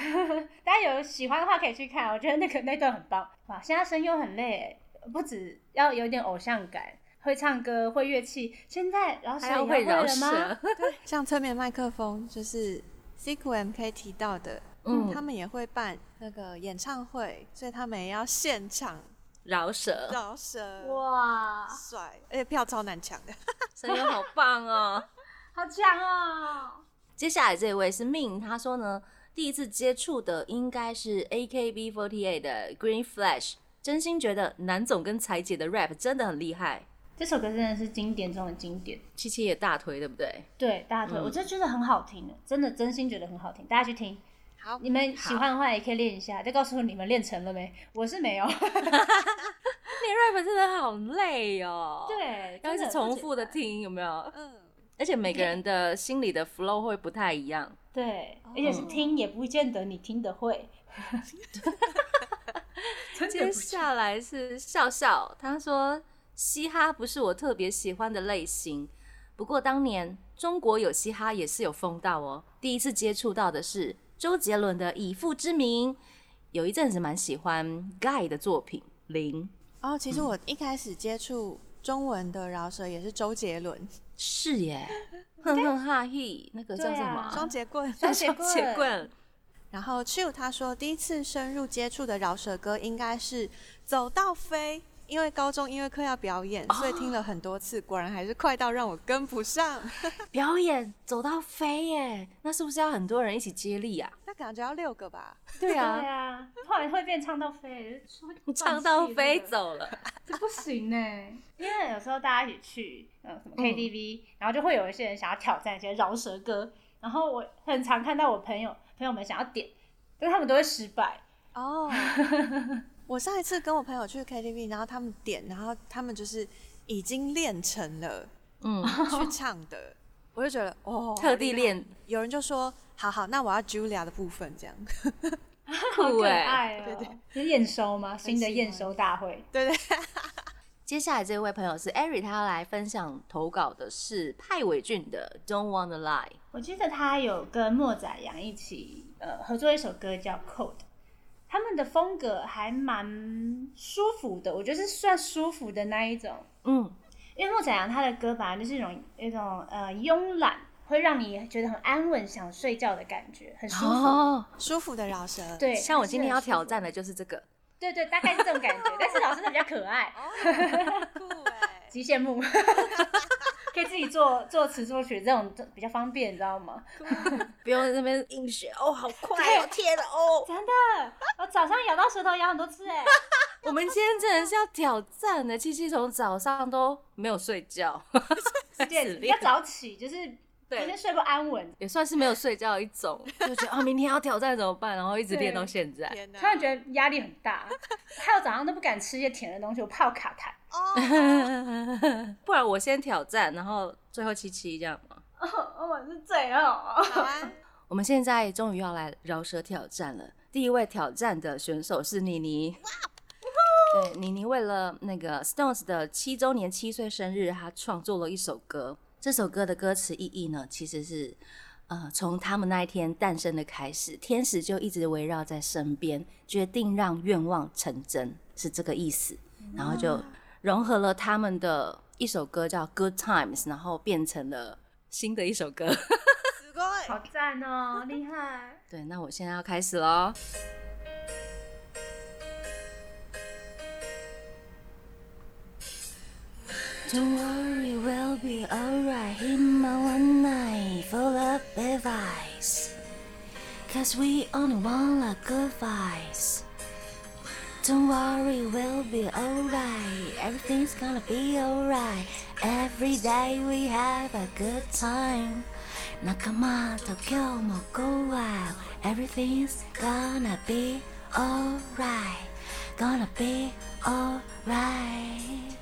[SPEAKER 3] 大家有喜欢的话可以去看，我觉得那个那段很棒。哇，现在声优很累耶，不止要有点偶像感，会唱歌，会乐器，现在饶舌
[SPEAKER 2] 还
[SPEAKER 3] 也
[SPEAKER 2] 要
[SPEAKER 3] 要
[SPEAKER 2] 会
[SPEAKER 3] 会
[SPEAKER 2] 饶
[SPEAKER 3] 了吗？
[SPEAKER 2] 舌，
[SPEAKER 4] 像侧面麦克风就是 C Q M K 提到的，
[SPEAKER 2] 嗯
[SPEAKER 4] 嗯，他们也会办那个演唱会，所以他们也要现场
[SPEAKER 2] 饶 舌，
[SPEAKER 4] 饶舌，
[SPEAKER 3] 哇，
[SPEAKER 4] 帅，而且票超难抢的。
[SPEAKER 2] 声优好棒 哦。
[SPEAKER 3] 好强哦！
[SPEAKER 2] 接下来这位是命，他说呢，第一次接触的应该是 AKB48 的 Green Flash，真心觉得南总跟彩姐的 rap 真的很厉害。
[SPEAKER 3] 这首歌真的是经典中的经典。
[SPEAKER 2] 七七也大推，对不对？
[SPEAKER 3] 对，大腿，
[SPEAKER 2] 嗯
[SPEAKER 3] 我真的觉得很好听的，真的真心觉得很好听，大家去听。
[SPEAKER 4] 好
[SPEAKER 3] 你们喜欢的话也可以练一下，再告诉我你们练成了没？我 是没有。
[SPEAKER 2] 练 rap 真的好累哦。，
[SPEAKER 3] 对，
[SPEAKER 2] 要一
[SPEAKER 3] 真
[SPEAKER 2] 直
[SPEAKER 3] 的
[SPEAKER 2] 重复的
[SPEAKER 3] 不简
[SPEAKER 2] 听，有没有？
[SPEAKER 4] 嗯，
[SPEAKER 2] 而且每个人的心里的 flow 会不太一样。
[SPEAKER 3] 单。对，
[SPEAKER 2] 哦
[SPEAKER 3] 而且是听也不见得你听得会。真的
[SPEAKER 2] 接
[SPEAKER 3] 不见
[SPEAKER 2] 下来是笑笑，他说：“嘻哈不是我特别喜欢的类型，不过当年中国有嘻哈也是有风到哦。第一次接触到的是周杰伦的《以父之名》，有一阵子蛮喜欢 Guy 的作品《零》，
[SPEAKER 4] 然后哦其实我一开始接触中文的饶舌也是周杰伦、
[SPEAKER 2] 是耶，哼哼哈嘿，那个叫什么啊？
[SPEAKER 4] 双节棍，
[SPEAKER 3] 双节棍
[SPEAKER 2] 双棍，
[SPEAKER 4] 然后 Chill 他说，第一次深入接触的饶舌歌应该是《走到飞》，因为高中音乐课要表演，所以听了很多次，果然还是快到让我跟不上。
[SPEAKER 2] 表演走到飞耶，那是不是要很多人一起接力啊？
[SPEAKER 4] 那感觉要六个吧？
[SPEAKER 2] 对
[SPEAKER 3] 对
[SPEAKER 2] 啊，
[SPEAKER 3] 啊，后来会变唱到飞，会
[SPEAKER 2] 唱到飞
[SPEAKER 3] 走。
[SPEAKER 2] 走了。”
[SPEAKER 3] 这不行呢、因为有时候大家一起去，嗯，什么 KTV，、然后就会有一些人想要挑战一些饶舌歌，然后我很常看到我朋友朋友们想要点，但是他们都会失败。
[SPEAKER 4] 哦，我上一次跟我朋友去 KTV，然后他们点，然后他们就是已经练成了
[SPEAKER 2] 嗯，
[SPEAKER 4] 去唱 的，我就觉得哦，
[SPEAKER 2] 特地练
[SPEAKER 4] 有人就说，好好，那我要 Julia 的部 分这样。
[SPEAKER 3] 好
[SPEAKER 2] 酷
[SPEAKER 3] 可
[SPEAKER 2] 哎、
[SPEAKER 3] 爱哦、
[SPEAKER 4] 对
[SPEAKER 3] 是验收吗？新的验收大会，
[SPEAKER 4] 对对，
[SPEAKER 2] 接下来这位朋友是 Eric，他要来分享投稿的是派伟俊的《Don't Wanna Lie》。
[SPEAKER 3] 我记得他有跟莫宰阳一起呃合作一首歌叫《Code》，他们的风格还蛮舒服的，我觉得是算舒服的那一种。
[SPEAKER 2] 嗯，
[SPEAKER 3] 因为莫宰阳他的歌本来就是一种一种呃慵懒，会让你觉得很安稳、想睡觉的感觉，很舒服。
[SPEAKER 2] 哦，
[SPEAKER 4] 舒服的饶舌。
[SPEAKER 3] 对，
[SPEAKER 2] 像我今天要挑战
[SPEAKER 3] 的，
[SPEAKER 2] 的就是这个，
[SPEAKER 3] 对对，大概是这种感觉。但是老师的比较可爱，
[SPEAKER 4] 哦，很酷哎。
[SPEAKER 3] 极限 木，可以自己做作词作曲，这种比较方便，你知道吗？
[SPEAKER 2] 不用在那边硬学哦，好快哦，天哪哦！
[SPEAKER 3] 真的，我早上咬到舌头咬很多 次哎，
[SPEAKER 2] 我们今天真的是要挑战的，七七从早上都没有睡 觉，
[SPEAKER 3] 对，比较早起，就是有
[SPEAKER 2] 对
[SPEAKER 3] 些睡不安稳。
[SPEAKER 2] 也算是没有睡觉的一 种，就觉得啊，明天要挑战怎么办，然后一直练到现在。
[SPEAKER 4] 天
[SPEAKER 3] 突然觉得压力很 大，还有早上都不敢吃一些甜的东西，我怕我卡痰。
[SPEAKER 4] 哦，
[SPEAKER 2] 不然我先挑战，然后最后七七这样吗？
[SPEAKER 3] 哦，我是最后。
[SPEAKER 4] 好啊，
[SPEAKER 2] 我们现在终于要来饶舌挑战了。第一位挑战的选手是妮妮。对，妮妮为了那个 Stones 的七周年七岁生日，她创作了一首歌。这首歌的歌词意义呢，其实是，呃，从他们那一天诞生的开始，天使就一直围绕在身边，决定让愿望成真，是这个意思。然后就融合了他们的一首歌叫《Good Times》，然后变成了新的一首歌。
[SPEAKER 4] すごい
[SPEAKER 3] 好赞 哦，厉害！
[SPEAKER 2] 对，那我现在要开始喽。Don't worry, we'll be alright. In my one night, full of advice. Cause we only want a good vibes. Don't worry, we'll be alright. Everything's gonna be alright. Every day we have a good time. Now come on, Tokyo, more go wild. Everything's gonna be alright. Gonna be alright.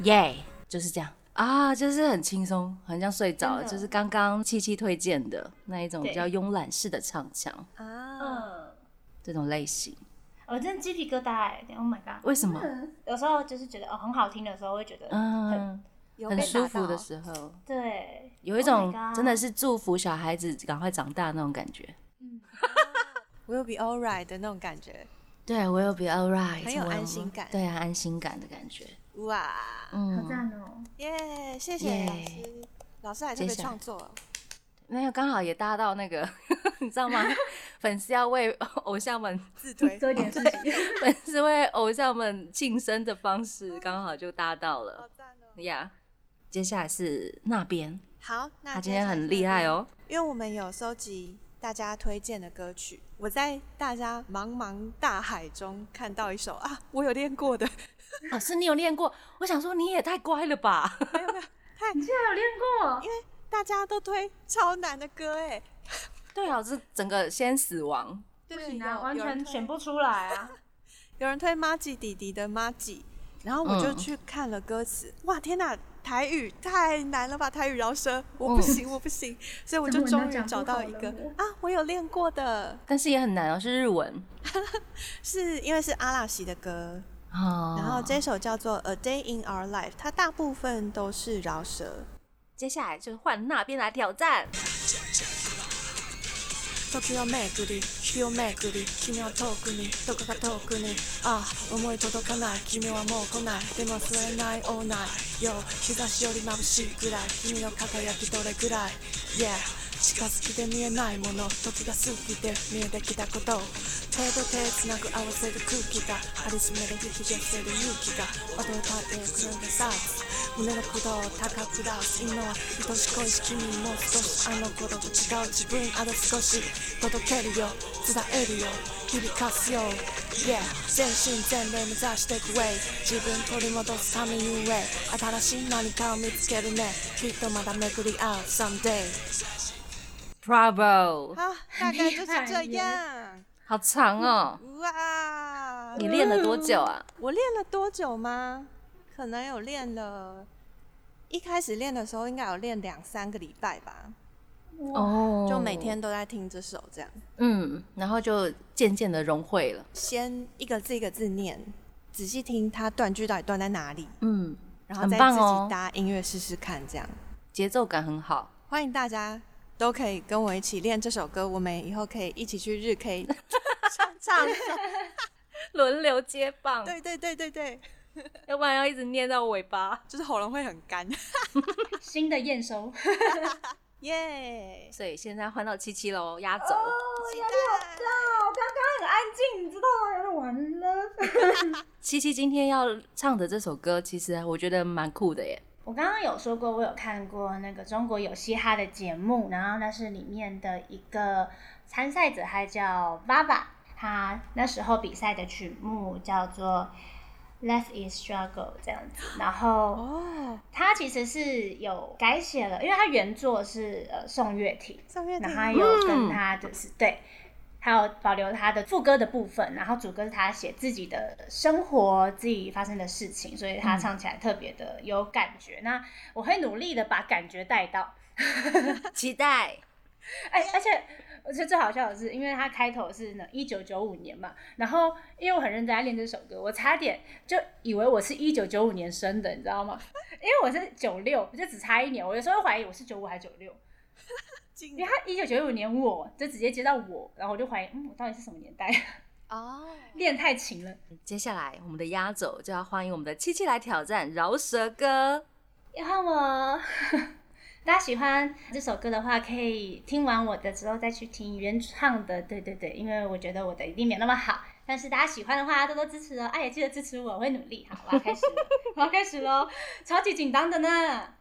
[SPEAKER 2] 耶就是这样啊，就是很轻松，很像睡着，
[SPEAKER 3] 真的
[SPEAKER 2] 就是刚刚七七推荐的那一种
[SPEAKER 3] 对
[SPEAKER 2] 比较慵懒式的唱腔，
[SPEAKER 4] 啊，
[SPEAKER 3] 嗯，
[SPEAKER 2] 这种类型。
[SPEAKER 3] 我真的鸡皮疙瘩哎！Oh my god！
[SPEAKER 2] 为什么？
[SPEAKER 3] 有时候就是觉得哦很好听的时候，会觉得、
[SPEAKER 2] 嗯，
[SPEAKER 4] 有
[SPEAKER 2] 很
[SPEAKER 4] 被
[SPEAKER 2] 舒
[SPEAKER 4] 打
[SPEAKER 2] 服的
[SPEAKER 4] 到
[SPEAKER 2] 时候，
[SPEAKER 3] 对，
[SPEAKER 2] 有一种
[SPEAKER 3] Oh my god
[SPEAKER 2] 真的是祝福小孩子赶快长大那种感觉。
[SPEAKER 4] ，Will be alright 的那种感觉，
[SPEAKER 2] 对，Will be alright，
[SPEAKER 4] 很有
[SPEAKER 2] 我
[SPEAKER 4] 安心感啊
[SPEAKER 2] 对啊，安心感的感觉。
[SPEAKER 4] 哇，
[SPEAKER 3] 好
[SPEAKER 2] 嗯，
[SPEAKER 3] 赞哦！
[SPEAKER 4] 耶，谢谢
[SPEAKER 2] 耶
[SPEAKER 4] 老师，老师还特
[SPEAKER 2] 接
[SPEAKER 4] 别
[SPEAKER 2] 下来
[SPEAKER 4] 创作，
[SPEAKER 2] 没有，刚好也搭到那个， 你知道吗？粉丝要为偶像们，
[SPEAKER 4] 自推，
[SPEAKER 3] 做一点事情，
[SPEAKER 2] 粉丝为偶像们庆生的方式，刚好就搭到
[SPEAKER 4] 好
[SPEAKER 2] 了
[SPEAKER 4] 赞哦。
[SPEAKER 2] 呀。接下来是那边，
[SPEAKER 4] 好，那
[SPEAKER 2] 他今
[SPEAKER 4] 接
[SPEAKER 2] 天
[SPEAKER 4] 下来
[SPEAKER 2] 很厉害
[SPEAKER 4] 是，
[SPEAKER 2] 哦。
[SPEAKER 4] 因为我们有搜集。大家推荐的歌曲。我在大家茫茫大海中看到一首啊，我有练过的，
[SPEAKER 2] 老哦师，你有练过？我想说你也太乖了吧！
[SPEAKER 3] 你竟然有练过？
[SPEAKER 4] 大家都推超难的歌哎、
[SPEAKER 2] 对，老师整个先死亡，
[SPEAKER 4] 对
[SPEAKER 3] 不行
[SPEAKER 4] 对，有
[SPEAKER 3] 啊，完
[SPEAKER 4] 有人
[SPEAKER 3] 全
[SPEAKER 4] 推
[SPEAKER 3] 选不出来 啊！
[SPEAKER 4] 有人推马吉弟弟的马吉，然后我就
[SPEAKER 2] 嗯
[SPEAKER 4] 去看了歌词，哇天哪，台语太难了吧，台语饶舌，我不
[SPEAKER 2] 嗯
[SPEAKER 4] 行，我不行，所以我
[SPEAKER 3] 怎
[SPEAKER 4] 就
[SPEAKER 3] 么
[SPEAKER 4] 终
[SPEAKER 3] 能
[SPEAKER 4] 于
[SPEAKER 3] 讲
[SPEAKER 4] 找
[SPEAKER 3] 不
[SPEAKER 4] 到
[SPEAKER 3] 好
[SPEAKER 4] 一
[SPEAKER 3] 了
[SPEAKER 4] 个
[SPEAKER 3] 我
[SPEAKER 4] 啊，我有练过的，
[SPEAKER 2] 但是也很难哦，是日文
[SPEAKER 4] 是因为是阿拉西的歌，
[SPEAKER 2] 啊。
[SPEAKER 4] 然后这首叫做《A Day in Our Life》，它大部分都是饶舌，
[SPEAKER 2] 接下来就换那边来挑战。
[SPEAKER 4] Tokyo me guri, Tokyo me guri, 君は遠くに、どこか遠くに。ああ、思い届かない、君はもう来ない。でも吸えない、オーナイ。よ、日差しより眩しいくらい、君の輝きどれくらい。Yeah、近づきで見えないもの、時が過ぎて見えてきたこと。手と手つなぐ合わせる空気が、張り詰める引き寄せる勇気が、踊りたってくるんでさ。胸の鼓動を高く出す今は愛し恋し君もう少しあの頃と違う自分あと少し届けるよ伝えるよ響かすよ Yeah 全身全霊目指してく Way 自分取り戻すために Way 新しい何かを見つけるねきっとまだ巡り合う Someday
[SPEAKER 2] Bravo，
[SPEAKER 4] 好大概就是这样
[SPEAKER 2] 好长哦！
[SPEAKER 4] 哇
[SPEAKER 2] 你练了多久啊？
[SPEAKER 4] 我练了多久吗？可能有练了，一开始练的时候应该有练两三个礼拜吧，
[SPEAKER 2] 哦，
[SPEAKER 4] 就每天都在听这首这样，
[SPEAKER 2] 嗯，然后就渐渐的融会了。
[SPEAKER 4] 先一个字一个字念，仔细听它断句到底断在哪里，
[SPEAKER 2] 嗯，
[SPEAKER 4] 然后
[SPEAKER 2] 很
[SPEAKER 4] 再
[SPEAKER 2] 棒
[SPEAKER 4] 自
[SPEAKER 2] 哦
[SPEAKER 4] 己搭音乐试试看这样。
[SPEAKER 2] 节奏感很好。
[SPEAKER 4] 欢迎大家都可以跟我一起练这首歌，我们以后可以一起去日 K 唱唱。
[SPEAKER 2] 轮流接棒，
[SPEAKER 4] 对对对对对，
[SPEAKER 2] 要不然要一直念到尾巴。
[SPEAKER 4] 就是喉咙会很干。
[SPEAKER 3] 新的验收，
[SPEAKER 4] 耶、
[SPEAKER 2] 所以现在换到七七喽，压轴。
[SPEAKER 4] 期待。
[SPEAKER 3] 啊我刚刚很安静，你知道吗？完了。
[SPEAKER 2] 七七今天要唱的这首歌，其实我觉得蛮酷的 耶。
[SPEAKER 3] 我刚刚有说过，我有看过那个中国有嘻哈的节目，然后那是里面的一个参赛者，他叫 Vava，他那时候比赛的曲目叫做《Life Is Struggle》这样子，然后
[SPEAKER 4] 哦，
[SPEAKER 3] 他其实是有改写了，因为他原作是呃宋岳庭，
[SPEAKER 4] 上月
[SPEAKER 3] 然
[SPEAKER 4] 听
[SPEAKER 3] 后还有跟他就是、对，还有保留他的副歌的部分，然后主歌是他写自己的生活、自己发生的事情，所以他唱起来特别的有感觉。那我会努力的把感觉带到，
[SPEAKER 2] 期待。
[SPEAKER 3] 哎，而且我觉得最好笑的是，因为他开头是呢一九九五年嘛，然后因为我很认真在练这首歌，我差点就以为我是一九九五年生的，你知道吗？因为我是九六，就只差一年，我有时候会怀疑我是九五还是九六。因
[SPEAKER 4] 进
[SPEAKER 3] 为他一九九五年我就直接接到我，然后我就怀疑，嗯，我到底是什么年代？
[SPEAKER 4] 哦，
[SPEAKER 3] 练太勤了，
[SPEAKER 2] 接下来我们的压轴就要欢迎我们的七七来挑战饶舌歌。
[SPEAKER 3] 然后我。 大家喜欢这首歌的话，可以听完我的之后再去听原唱的。对对对，因为我觉得我的一定没有那么好，但是大家喜欢的话多多支持哦。哎，也记得支持我，我会努力。好，我要开始了，我要开始喽，超级紧张的呢。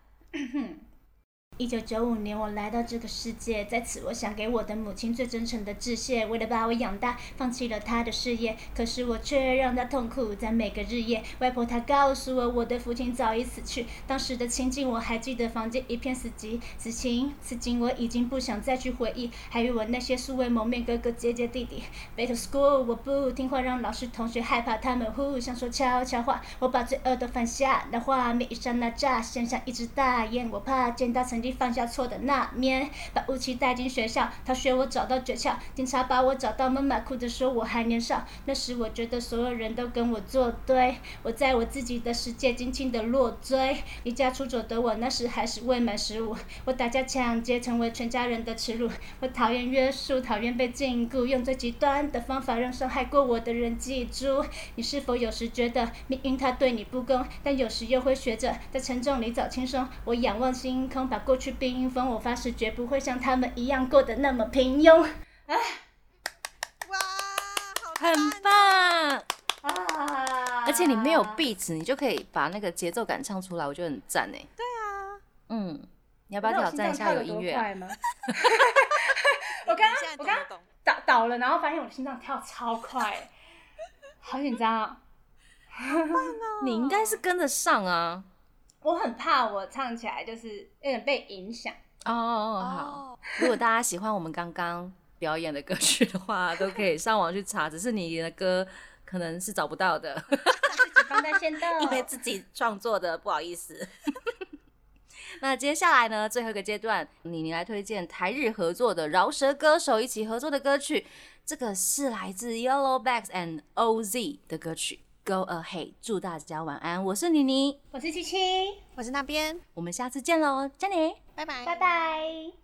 [SPEAKER 3] 一九九五年，我来到这个世界，在此我想给我的母亲最真诚的致谢。为了把我养大，放弃了她的事业，可是我却让她痛苦在每个日夜。外婆她告诉我，我的父亲早已死去。当时的情景我还记得，房间一片死寂，此情此景我已经不想再去回忆。还有我那些素未谋面哥哥姐姐弟弟，Back to school，我不听话，让老师同学害怕，他们互相说悄悄话。我把罪恶都放下，那画面一刹那乍现，像一只大雁，我怕见到曾经犯下错的那面，把雾气带进学校，逃学我找到诀窍，警察把我找到，妈妈哭着说我还年少。那时我觉得所有人都跟我作对，我在我自己的世界轻轻的落坠。离家出走的我那时还是未满十五，我打架抢劫成为全家人的耻辱，我讨厌约束，讨厌被禁锢，用最极端的方法让伤害过我的人记住。你是否有时觉得命运它对你不公，但有时又会学着在沉重里找轻松？我仰望星空，把过去冰封，我发誓绝不会像他们一样过得那么 平庸。
[SPEAKER 4] 哇，好
[SPEAKER 2] 很
[SPEAKER 4] 赞哦
[SPEAKER 2] 棒，
[SPEAKER 3] 啊！
[SPEAKER 2] 而且你没有 beat，你就可以把那个节奏感唱出来，我觉得很赞哎。对啊，嗯，你要不要挑战一下有音乐啊？
[SPEAKER 3] 吗？我我刚
[SPEAKER 4] 你
[SPEAKER 3] 刚
[SPEAKER 4] 现在
[SPEAKER 3] 我
[SPEAKER 4] 懂
[SPEAKER 3] 刚刚
[SPEAKER 4] 不懂？
[SPEAKER 3] 倒倒了，然后发现我的心脏跳超快，好紧张啊！
[SPEAKER 2] 你应该是跟得上啊。
[SPEAKER 3] 我很怕我唱起来就是有点被影响。
[SPEAKER 2] 哦哦哦，好。
[SPEAKER 4] 哦，
[SPEAKER 2] 如果大家喜欢我们刚刚表演的歌曲的话，都可以上网去查，只是你的歌可能是找不到的。
[SPEAKER 3] 自己放在先到
[SPEAKER 2] 因为自己创作的，不好意思。 那接下来呢，最后一个阶段，你你来推荐台日合作的饶舌歌手一起合作的歌曲，这个是来自 Yellowbacks and OZ 的歌曲《Go Ahead》。祝大家晚安，我是妮妮，
[SPEAKER 3] 我是七七，
[SPEAKER 4] 我是那边，
[SPEAKER 2] 我们下次见喽，加你。
[SPEAKER 4] 拜拜，
[SPEAKER 3] 拜。拜。